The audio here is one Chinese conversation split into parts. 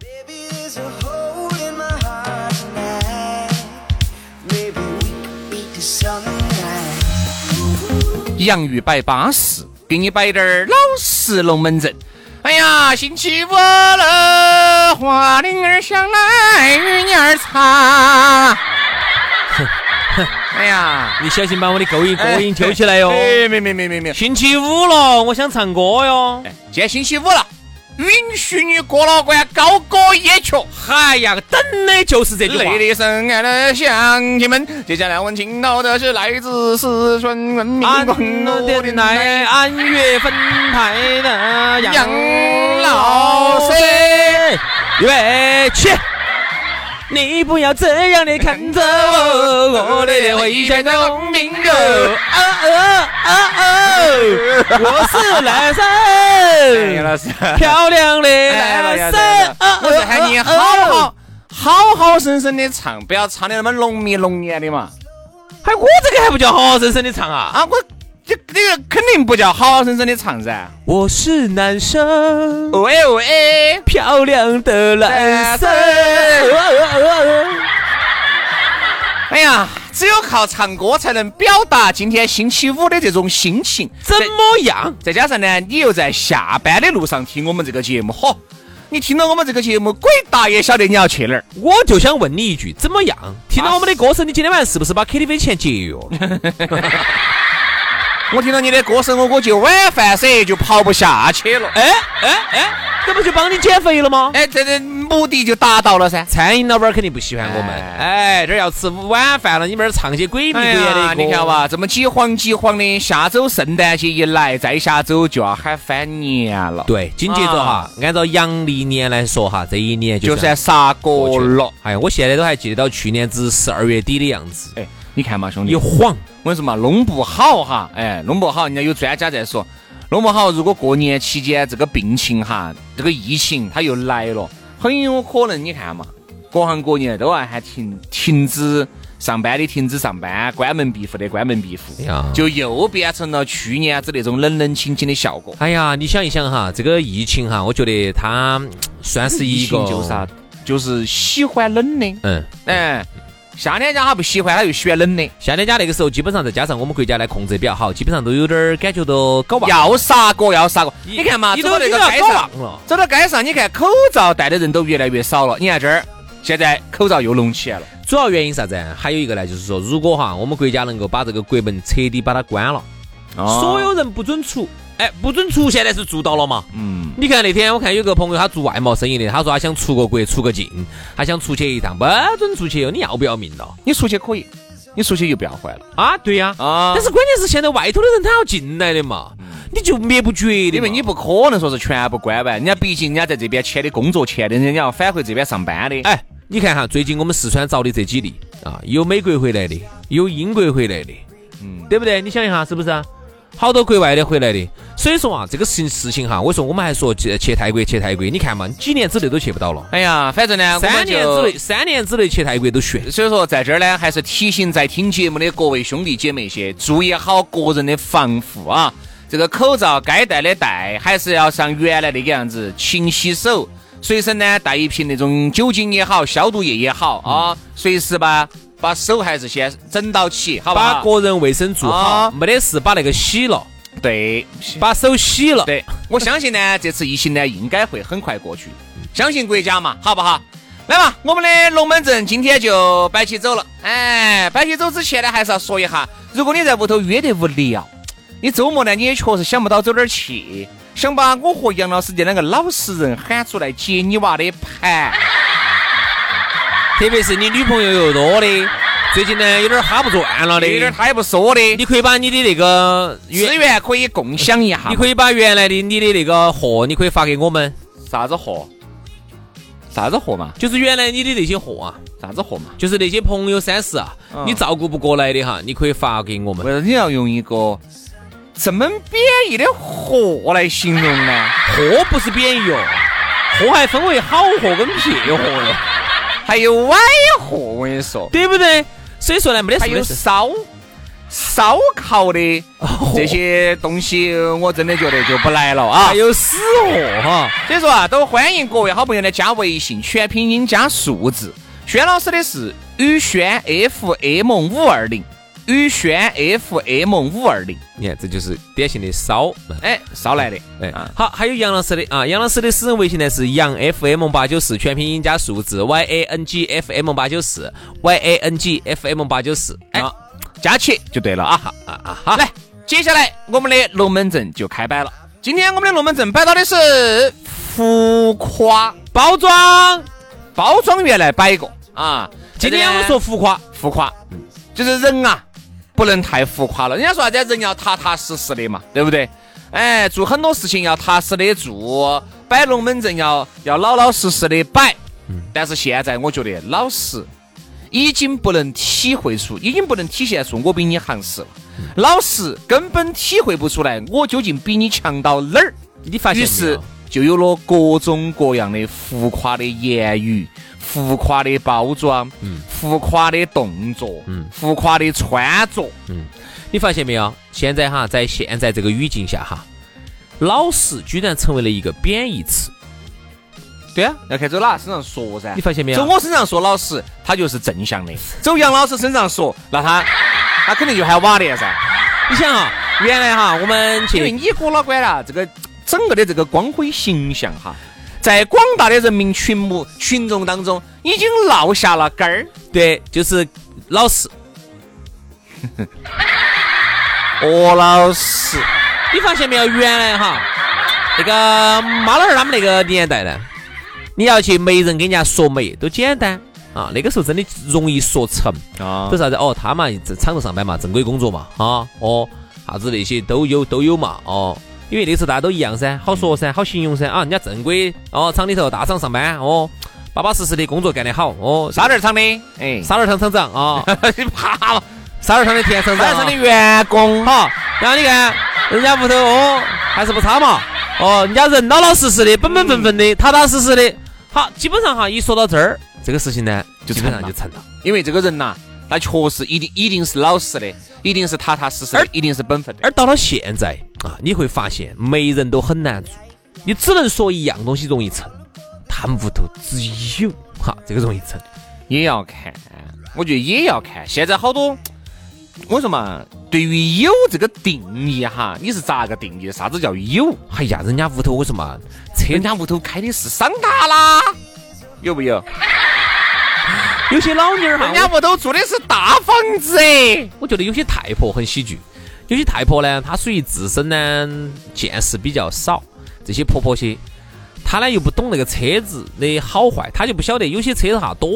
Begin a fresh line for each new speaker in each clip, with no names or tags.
Maybe there's a hole in my heart tonight. Maybe we could be to something nice.
洋芋摆巴适，给你摆点儿老实龙门阵。哎呀，星期五了，花铃儿响来，鱼儿唱。 哎呀，
你小心把我的勾引
哎
勾引揪起来哟！
哎，没没没没没，
星期五了，我想唱歌哟。
哎今天星期五了，允许你郭老倌高歌一曲。
哎呀，等的就是这句话。
泪的深爱的乡亲们，接下来我们听到的是来自四川人民
安
广
乐
播
的
电台
来，安岳分台的
杨
杨
老
老
师
师，预备起！你不要这样的看着我，我的回旋在轰鸣着。哦哦哦哦，我是男
哎
生。
杨老师。
漂亮的
哎老
男
爷
生
子，
呃
我是喊你好
哦
好好好生生的唱，不要唱的那么浓密浓艳的嘛。
还哎我这个还不叫好好生生的唱啊！
啊，我这这个肯定不叫好好生生的唱噻。
我是男生，
喂喂，
漂亮的男生。
哎呀，只有靠唱歌才能表达今天星期五的这种心情。
怎么样？
再加上呢，你又在下班的路上听我们这个节目，嚯，你听到我们这个节目，鬼大爷晓得你要去哪儿。
我就想问你一句，怎么样？听到我们的歌声，你今天晚上是不是把 KTV 钱节约 了？
我听到你的歌声，我估计晚饭噻就跑不下去了。
哎哎哎，这不就帮你减肥了吗？
哎，这这目的就达到了�噻。
餐饮老板肯定不喜欢我们。哎，这儿要吃晚饭了，你们这儿唱些鬼迷
哎
鬼眼
呀，
的歌。
你看，哇，这么几晃几晃的，下周圣诞节一来，再下周就要喊翻年了，
对，紧接着
啊
哈，按照阳历年来说哈，这一年
就
就
算杀过
过去
了。。
哎，我现在都还记得到去年子十二月底的样子。
哎，你看嘛，兄弟，
一
我
晃，
跟你说嘛，弄不好哈，哎，弄不好，人家有专家在说，弄不好，如果过年期间这个病情哈，这个疫情它又来了，很有可能，你看嘛，各行各业都要喊停停止上班的停止上班，关门闭户的关门闭户
哎，呀
就又变成了去年子那种冷冷清清的效果。
哎呀，你想一想哈，这个疫情哈，我觉得它嗯算是一个，
就是啥，就是喜欢冷的。
嗯，
嗯，夏天家他不喜欢，他又喜欢冷的。
夏天家那个时候，基本上再加上我们国家呢控制比较好，基本上都有点儿感觉都搞忘，
要杀锅要杀锅，你看嘛，
你
走
都
到那
你
个
都要
街
搞
上
忘，了。
走到街上，你看口罩戴的人都越来越少了。你看这儿，现在口罩又隆起来了。
主要原因啥子啊？还有一个呢，就是说，如果哈我们国家能够把这个国门彻底把它关了，
哦
所有人不准出，哎，不准出，现在是做到了嘛？
嗯，
你看那天我看有个朋友他做外贸生意的，他说他想出个国出个境，他想出去一趟，不准出去哦哟，你要不要命了？
你出去可以，你出去就不要回来了
啊，嗯对呀、
啊
但。是关键是现在外头的人他要进来的嘛，你就灭不绝的嘛，
因为你不可能说是全部关完，人家毕竟人家在这边签的工作签的，人家要返回这边上班的。
哎，你看哈，最近我们四川遭的这几例啊，有美国回来的，有英国回来的，
嗯，
对不对？你想一下是不是啊？好多国外的回来的，所以说啊，这个事情事情哈，我说我们还说去去泰国去泰国，你看嘛，几年之内都去不到了，
哎呀，反正呢，我们
三年之
就
内三年之内去泰国都悬。
所以说，在这儿呢，还是提醒在听节目的各位兄弟姐妹些，注意好个人的防护啊！这个口罩该戴的戴，还是要像原来那个样子，勤洗手，随身呢带一瓶那种酒精也好，消毒液也好啊，随时吧把手还是先整到起，好
把
吧？
个人卫生做好，
啊
没得事把那个洗了，
对
把手洗了。
对，我相信呢，这次疫情呢应该会很快过去，相信国家嘛，好不好？来嘛，我们的龙门阵今天就摆起走了。哎，摆起走之前呢，还是要说一下如果你在屋头约得无聊，你周末呢你也确实想不到走哪儿去，想把我和杨老师这两个老实人喊出来接你娃的盘。
特别是你女朋友又多的，最近呢有点哈不转了的，
有点他也不说的，
你可以把你的那个
资
原，
源可以共享一下嘛。
你可以把原来的你的那个货，你可以发给我们，
啥子货？啥子货嘛？
就是原来你的那些货啊，
啥子货嘛？
就是那些朋友三十啊，
嗯
你照顾不过来的哈，你可以发给我们
为。啥你要用一个这么贬义的“货”来形容啊呢？
货不是贬义哦，货还分为好货跟撇货 哟，
还有歪货，我跟你说，
对不对？所以说呢，没得
还
事
有
没得事。
烧烧烤的
哦
这些东西，我真的觉得就不来了啊
还。有死货哈，
所以说啊，都欢迎各位好朋友呢加微信，全拼音加数字。轩老师的是宇轩 FM 五二零，宇轩 FM 五二零，
你看这就是典型的骚。
哎，捎来的，
哎
啊，
好，还有杨老师的啊，杨老师的私人微信呢是杨 FM 八九四，全拼音加数字 Y A N G F M 八九四，Y A N G F M 八九四。
哎
啊，
加起就对了啊。哈
啊啊哈，
来，接下来我们的龙门阵就开摆了。今天我们的龙门阵摆到的是浮夸包装，包装原来摆过啊。
今天我们说浮夸，
浮夸，嗯就是人啊不能太浮夸了。人家说啥子？人要踏踏实实的嘛，对不对？哎，做很多事情要踏实的做，摆龙门阵要要老老实实的摆。
嗯
但是现在我觉得老实已经不能体会出，已经不能体现出我比你行实了。
嗯
老实根本体会不出来我究竟比你强到哪儿。
你发现
于
没
是
有？
就有了各种各样的浮夸的言语、浮夸的包装、浮夸的动作、浮夸的穿着。
你发现没有？现在哈，在现在这个语境下哈，老实居然成为了一个贬义词，
对啊，要看走哪身上说噻。
你发现没有
走我身上说老实，他就是正 向的；走杨老师身上说，那他他肯定就喊瓦脸 噻。
你想啊，原来哈我们
因为
去
你哥老倌啦，这个整个的这个光辉形象哈，在广大的人民群目群众当中，已经落下了根儿。
对，就是老实。
哦，老师。
你发现没有？原来哈，那个妈老汉儿他们那个年代呢，你要去媒人给人家说媒都简单啊，那个时候真的容易说成。
啊
都啥子？哦，他嘛在厂头上班嘛，正规工作嘛，啊，哦，啥子那些都有都有嘛，哦。因为那个时候大家都一样噻，好说噻，好形容噻啊，人家正规哦，厂里头大厂上班哦，巴巴适适的工作干得好哦，
沙点儿厂的，哎，
沙二厂厂长啊，
你怕了，
沙二厂的田厂
沙
长啊，
点儿厂的员工，
好，然后你看人家屋头哦，还是不差嘛，哦，人家人老老实实的，本本分分的，踏踏实实的。好，基本上哈，一说到这儿，这个事情呢，
就
基本上
成了
就成了。
因为这个人呐、他确实一定一定是老实的，一定是踏踏实实
而
的，一定是本分的。
而到了现在啊，你会发现媒人都很难做，你只能说一样东西容易成，他们屋头只有哈这个容易成。
也要看，我觉得也要看。现在好多，我说嘛，对于有这个定义哈，你是咋个定义的？啥子叫有？
哎呀，人家屋头我说嘛，车
人家屋头开的是桑塔纳，有没 有？
有些老妞儿哈，
人家屋头住的是大房子哎。
我觉得有些太婆很喜剧，有些太婆呢，她属于自身呢见识比较少，这些婆婆些，她呢又不懂那个车子的好坏，她就不晓得有些车子哈多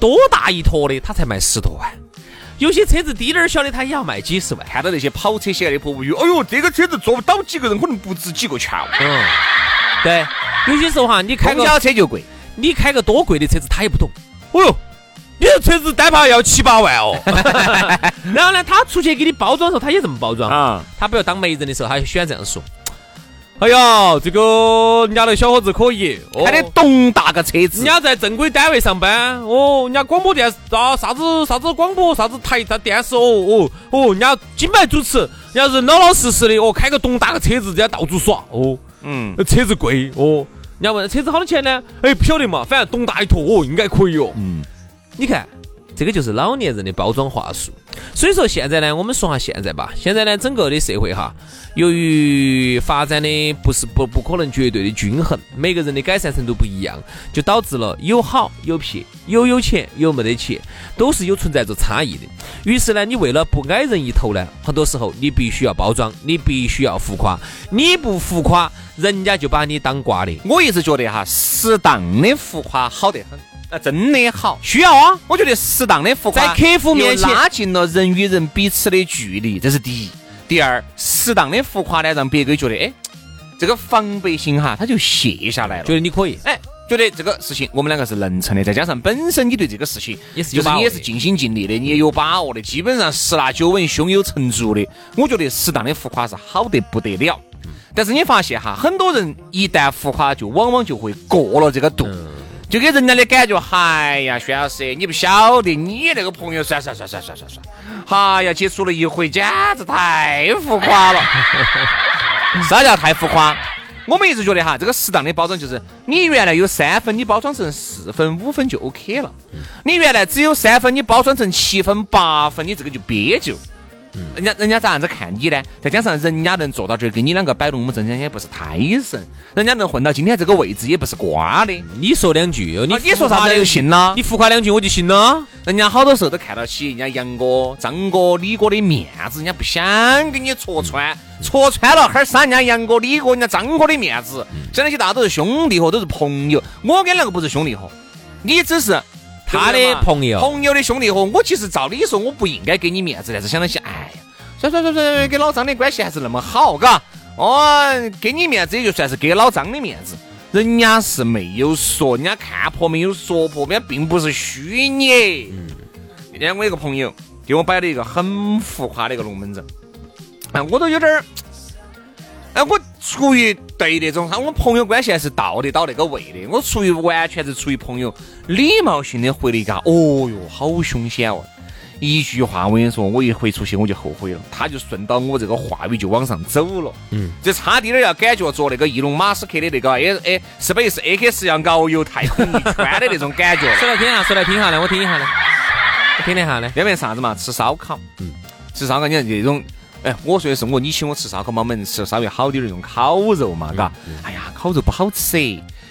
多大一坨的，她才卖十多万。有些车子滴点儿小的，她也要卖几十万。
看到那些跑车些的婆婆哟，哎呦，这个车子坐不到几个人，可能不止几个钱哦。
嗯，对，有些时候哈，你开
公
个
交车就贵。
你开个多贵的车子，他也不懂。哦哟，你这车子单怕要七八万 哦。然后呢，他出去给你包装的时候，他也这么包装
啊
他不要当媒人的时候，他就喜欢这样说。哎呀，这个人家那个小伙子可以，哦
开的东大个车子
人，家在正规单位上班，哦，人家广播电视啊，啥子啥子广播，啥子台，啥电视，哦哦哦，人家金牌主持，人家人老老实实的，哦，开个东大个车子，人家到处耍，哦，
嗯，
车子贵哦。人家问车子好多钱呢？哎，不晓得嘛，反正东大一坨哦，应该可以哦。嗯，你看，这个就是老年人的包装话术。所以说现在呢，我们说下现在吧，现在呢，整个的社会哈，由于发展的不是不不可能绝对的均衡，每个人的改善程度不一样，就导致了有好有撇，有有钱有没得钱，都是有存在着差异的。于是呢，你为了不矮人一头呢，很多时候你必须要包装，你必须要浮夸，你不浮夸，人家就把你当挂的。
我一直觉得哈，适当的浮夸好得很，啊，真的好。
需要啊，
我觉得适当的浮
在
夸，
客户面前
又拉近了人与人彼此的距离，这是第一。第二，适当的浮夸呢，让别个觉得，哎，这个防备心哈，它就卸下来了。
觉得你可以。
哎，觉得这个事情我们两个是能成的，再加上本身你对这个事情
也是有
就是
把
你
握
也
的
是尽心尽力的，你也有把握的，基本上十拿九稳，胸有成竹的。我觉得适当的浮夸是好得不得了。
嗯
但是你发现哈，很多人一旦浮夸，就往往就会过了这个度，
嗯
就给人家的感觉，哎呀，轩老师，你不晓得你那个朋友，算算算算算算算，哎呀，接触了一回，简直太浮夸了。 啥叫太浮夸？我们一直觉得哈，这个适当的包装就是你原来有三分，你包装成四分、五分就 OK 了；你原来只有三分，你包装成七分、八分，你这个就憋就。人家人家咋样子看你呢？再加上人家能做到这儿，跟你两个摆龙门阵，人家也不是胎神，人家能混到今天这个位置也不是瓜的。
你说两句，哦你
啊你
浮
说啥
夸
子
两
就
句
行了
你浮夸两句我就行了。
人家好多时候都看到起人家杨哥、张哥、李哥的面子，人家不想跟你戳
嗯
穿，戳穿了哈儿伤人家杨哥、李哥、人家张哥的面子。
嗯
现在些大家都是兄弟伙，都是朋友。我跟那个不是兄弟伙，你只是
他的
对不对嘛
朋友
朋友的兄弟伙。我其实照理说我不应该给你面子，但是想到起，哎呀，算算算算，跟老张的关系还是那么好，嘎。哦，给你面子也就算是给老张的面子。人家是没有说，人家看破没有说破，人家并不是虚你。那天我有个朋友给我摆了一个很浮夸的一个龙门阵，哎，我都有点儿，哎，我出于对那种，我朋友关系还是到得到那个位的，我出于完全是出于朋友礼貌性的回了一个，哦哟，好凶险哦。一句话，我跟你说，我一回出去我就后悔了。他就顺到我这个话语就往上走了，嗯，这差点儿要感觉着那个翼龙马斯克的那个哎 S A Space X 要遨游太空一圈的那种感觉了。
说来听啊下，说来听下来，我听一下呢，我听一下呢。
要不然啥子嘛？吃烧烤，嗯，吃烧烤，你看这种，哎，我说的是我，你请我吃烧烤嘛，我们吃稍微好点儿那种烤肉嘛，嘎、哎呀，烤肉不好吃，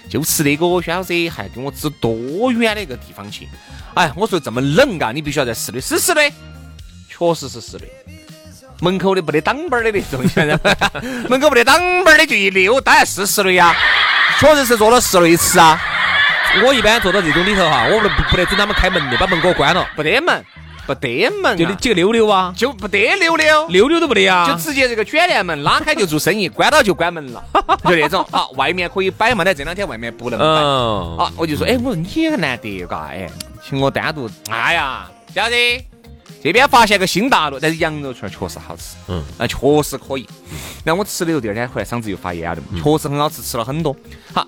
就吃那个，轩老师还给我指多远的一个地方去？哎，我说这么冷嘎，你必须要在室内，是室内，确实是室内。门口的没得挡板儿的那种， 现在门口没得挡板儿的就一溜，当然是室内呀，确实是坐到室内吃啊。
我一般坐到这种里头哈，我不不不得准他们开门的，把门给我关了。
不得门，不得门、啊，
就那几个溜溜啊，
就不得溜溜。
溜溜都不得啊呀。
就直接这个卷帘门拉开就做生意，关到就关门 了，就那种啊，外面可以摆嘛，但这两天外面不能摆。
嗯，
啊，我就说，哎，我说你也难得嘎，哎，请我单独，哎呀，小子，这边发现个新大陆，但是羊肉串确实好吃，嗯，啊，确实可以。那我吃了以后，第二天回来嗓子又发炎了，确实很好吃，吃了很多。好，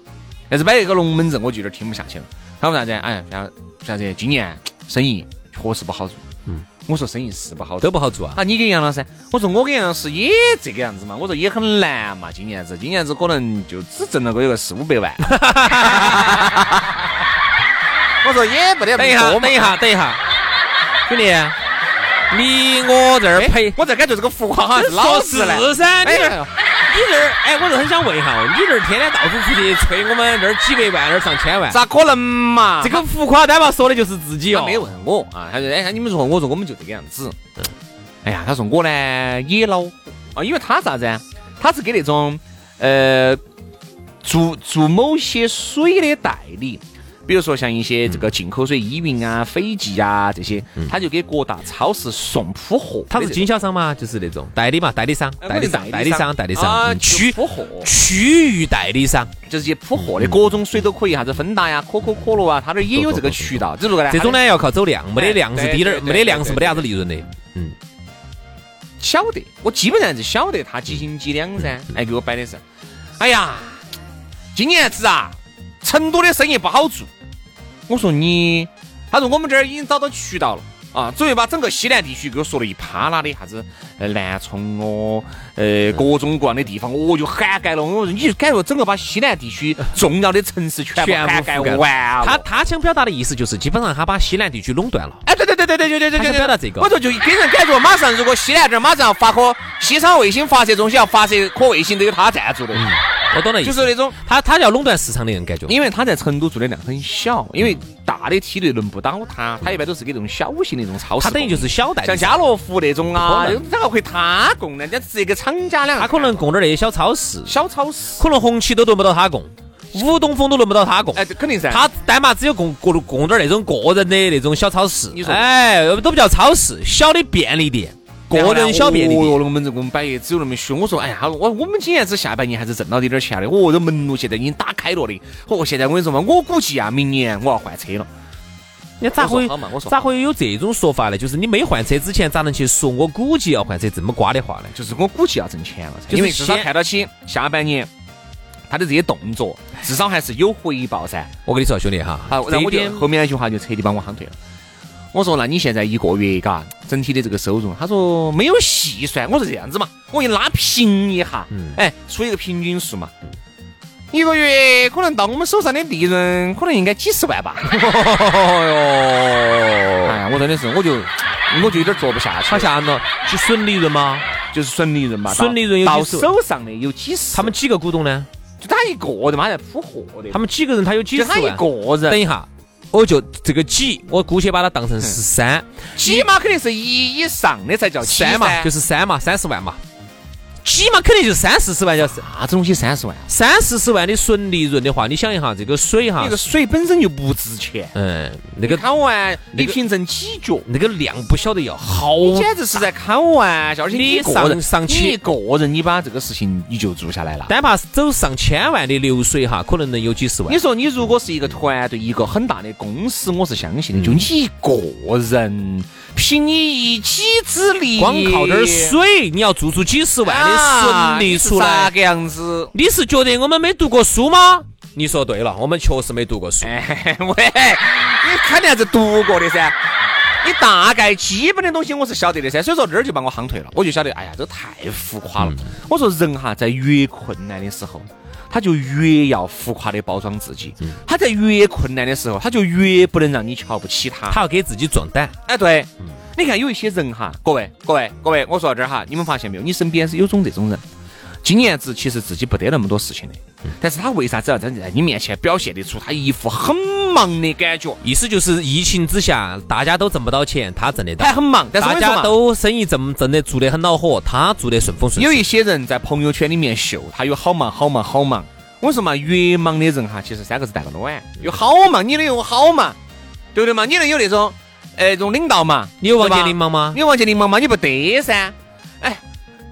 但是摆一个龙门阵，我就有点听不下去了。他们啥子？哎，啥啥子？今年生意确实不好做。嗯，我说生意是不好做
都。不好做啊。
啊，你跟杨老师，我说我跟杨老师也这个样子嘛，我说也很难嘛，今年子，今年子可能就只挣了个有个四五百 万。我说也没得
等一
那么
下，
多嘛
等一，下，等一 下，兄弟，你我这儿陪
哎，，我这感觉这个浮夸好像是老
说
师嘞。
是噻，你
哎
这儿
呀，
你这儿，哎，我就很想问一下哦，你这儿天天到处出去吹我们这儿几百万，那儿上千万，
咋可能嘛？
这个浮夸单嘛说的就是自己
他
哦。
没问我啊，他说哎，你们如何？我说我们就这个样子。
嗯
哎呀，他说我呢也恼火啊，因为他啥子啊？他是给那种呃做做某些水的代理。比如说像一些这个进口水依云啊、斐济啊这些，他就给各大超市送铺货。
嗯
哎
他是经销商嘛，就是那种代理嘛，代理商，代理啊商，代理商，嗯代理
啊，
商，
去
区
铺货，
区域代理商，
就是去铺货的，各种水都可以，啥子芬达呀、可口可乐啊，他那儿也有这个渠道。只不过呢，
这种呢要靠走量，没得量是
对
低点儿，
对对
没得量是
对
没得啥子利润的。嗯，
晓得，我基本上是晓得他几斤几两噻。
嗯
哎，给我摆的是，哎呀，今年子啊，成都的生意不好做。我说你，他说我们这儿已经找到渠道了。啊，准备把整个西南地区给我说了一趴啦的啥子呃南充哦，
嗯
呃各种各样的地方，哦就涵盖了。我说你就感觉整个把西南地区重要的城市全部
全部
涵盖
覆盖了
完了。
他他想表达的意思就是，基本上他把西南地区垄断了。
哎，对对对对对对对对对
他想
对对，
表达这个
我说就给人感觉马上，如果西南这儿马上发颗西昌卫星发射中心要发射颗卫星，都有他赞助的。
我懂了意思，
就是那种
他他要垄断市场的人感觉。
因为他在成都做的量很小，因为大的梯队轮不到他，他一般都是给那种小型的那种超市
他
供。
等于就是小代理
像
商，
家乐福那种啊，
不可能
哪个会他供呢？人家直接给厂家两个
他可能供点儿那些小超市，
小超市，
可能红旗都轮不到他供，武东风都轮不到他供。
哎，这肯定噻。
他单嘛只有供供供点儿那种个人的那种小超市
你，说
哎，都不叫超市，小的便利店，个人小便利
哦哟，
店。
那我们这我们摆业只有那么凶。我说，哎呀，我我们今年子下半年还是挣到点点钱的。哦，这门路现在已经打开了的。哦，现在我跟你说嘛，我估计啊，明年我要换车了。
你咋
我
会
说好嘛我说
咋会有这种说法呢？就是你没换车之前，咋能去说我估计要换车这么瓜的话呢？
就是我估计要挣钱了噻，
就是
因为至少
先
看到起下半年他的这些动作，至少还是有回报噻。
我跟你说，兄弟哈，
好，然
这
后
一
我就
点
后面那句话就彻底把我夯退了。我说，那你现在一个月嘎，整体的这个收入，他说没有细算。我说这样子嘛，我给你拉平一下，
嗯
哎，出一个平均数嘛。一个月可能到我们手上的利润，可能应该几十万吧。 哎呀，我真的是，我就我就有点做不下去
好
了，
吓人了，是纯利润吗？
就是纯利润嘛，到
纯利润有
到
几十
手上的有几十，
他们几个股东呢？
就他一个的嘛，还在铺货的，
他们几个人他有几
就
十
他
万？
一个人
等，一下，我就这个几，我姑且把它当成
嗯
十三，
起码肯定是一以上的才叫起
三嘛，就是三嘛，三十万嘛，几嘛肯定就三四十万，要是
啥子东西三十万？
三四十万的纯利润的话，你想一下这个水哈
那个，水本身就不值钱，
嗯，那个
开玩
那个
你凭证几角？
那个量不晓得要好，
你简直是在开玩笑，而且
你
一个人
上上去
你一个人，你把这个事情你就做下来了。
单怕是走上千万的流水哈，可能能有几十万
你。说你如果是一个团队，一个很大的公司，我是相信的。就你一个人，凭你一己之力，
光靠点儿水，你要做出几十万的
啊
纯利
你是
出
啥
来，
个样子？
你是觉得我们没读过书吗？你说对了，我们确实没读过书。
哎 喂，你肯定还是读过的噻。你大概基本的东西我是晓得的噻，所以说这儿就把我夯退了，我就晓得，哎呀，这太浮夸了。我说人哈，在越困难的时候，他就越要浮夸的包装自己；他在越困难的时候，他就越不能让你瞧不起他。
他要给自己壮胆，
哎，对，你看有一些人哈，各位各位各位，我说到这儿哈，你们发现没有？你身边是有种这种人，今年子其实自己不得那么多事情的，但是他为啥子要在在你面前表现得出他一副很忙的感觉？
意思就是疫情之下，大家都挣不到钱，他挣得到
他。很忙，哎但是我
大
跟你说
家
嘛
都生意挣挣得做得很恼火，他做得顺风顺水。
有一些人在朋友圈里面秀，他有好忙好忙好忙。我说嘛，越忙的人哈，其实三个字带个卵，有好忙，你能有好忙，对不对嘛？你能有那种，呃，这种领导嘛？
你有王
对吧
健林忙吗？
你王健林忙吗？你不得噻。哎，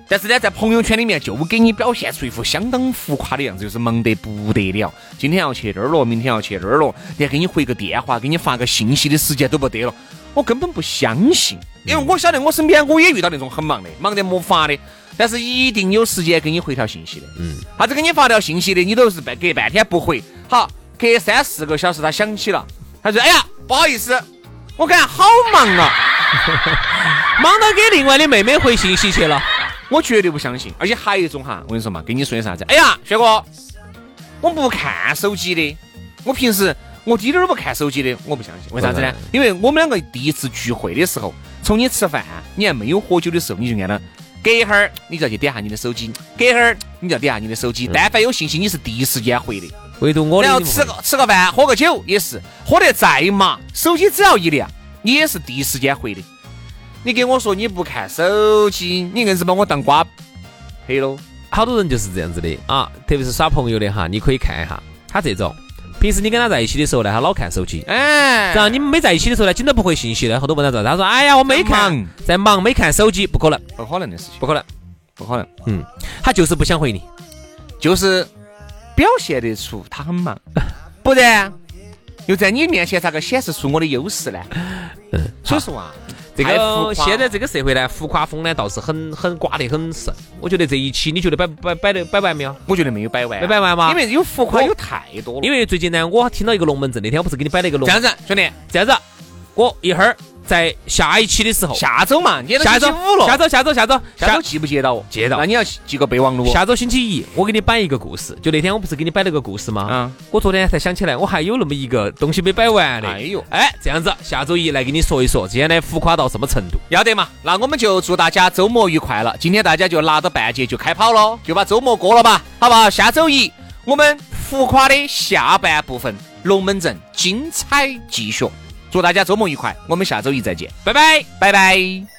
但是呢，在朋友圈里面就给你表现出一副相当浮夸的样子，就是忙得不得了。今天要去这儿了，明天要去那儿了，连给你回个电话、给你发个信息的时间都不得了。我根本不相信，因为我晓得我身边我也遇到那种很忙的，忙得没法的。但是一定有时间给你回条信息的，嗯，啥子给你发条信息的，你都是半隔半天不回，好，隔三四个小时他想起了，他说，哎呀，不好意思，我感觉好忙啊，
忙到给另外的妹妹回信息去了。
我绝对不相信。而且还有一种哈，我跟你说嘛，跟你说的啥子？哎呀，薛哥，我不看手机的，我平时我滴点儿都不看手机的，我不相信。为啥子呢？因为我们两个第一次聚会的时候，从你吃饭，你还没有喝酒的时候，你就按到。隔一会儿你就要去点下你的手机，隔一会儿你就要点下你的手机。但凡有信息，你是第一时间回的。
唯独我的
然后
哦你不
哎吃
会
个吃个饭，喝个酒也是，喝得再麻，手机只要一亮，你也是第一时间回的。你跟我说你不看手机，你硬是把我当瓜黑喽。
好多人就是这样子的啊，特别是耍朋友的哈，你可以看一下他这种。平时你跟他在一起的时候呢，他老看手机。
哎，
然后你们没在一起的时候呢，经常不回信息呢，后头问他咋子，他说：“哎呀，我没看
忙，
在忙，没看手机，不可能，
不可能的事情，
不可能。
不可能，”
他就是不想回你。
就是表现得出他 很忙，不然又在你面前咋个显示出我的优势呢？
嗯
所以说啊，
这
太浮
个
夸了
现在这个社会呢，浮夸风呢倒是很很刮得很甚。我觉得这一期你觉得摆摆摆得摆完没有？
我觉得没有摆完，
没摆完吗
因为有浮夸
我
有太多了。
因为最近呢，我听到一个龙门阵，那天我不是给你摆了一个龙
这样子，兄弟，
这样子，我一会儿在下一期的时候，
下周嘛，今天都
下
星
周
期五了，
下周下周下周
下周记不接到我？
接到
那你要记个备忘录哦。
下周星期一，我给你摆一个故事。就那天我不是给你摆了个故事吗？
嗯
我昨天才想起来，我还有那么一个东西没摆完的。
哎呦
哎，这样子，下周一来给你说一说，今天的浮夸到什么程度？
要得嘛，那我们就祝大家周末愉快了。今天大家就拿到半截就开跑喽，就把周末过了吧，好不好？下周一我们浮夸的下半部分龙门阵精彩继续，祝大家周末愉快，我们下周一再见，
拜拜。
拜拜。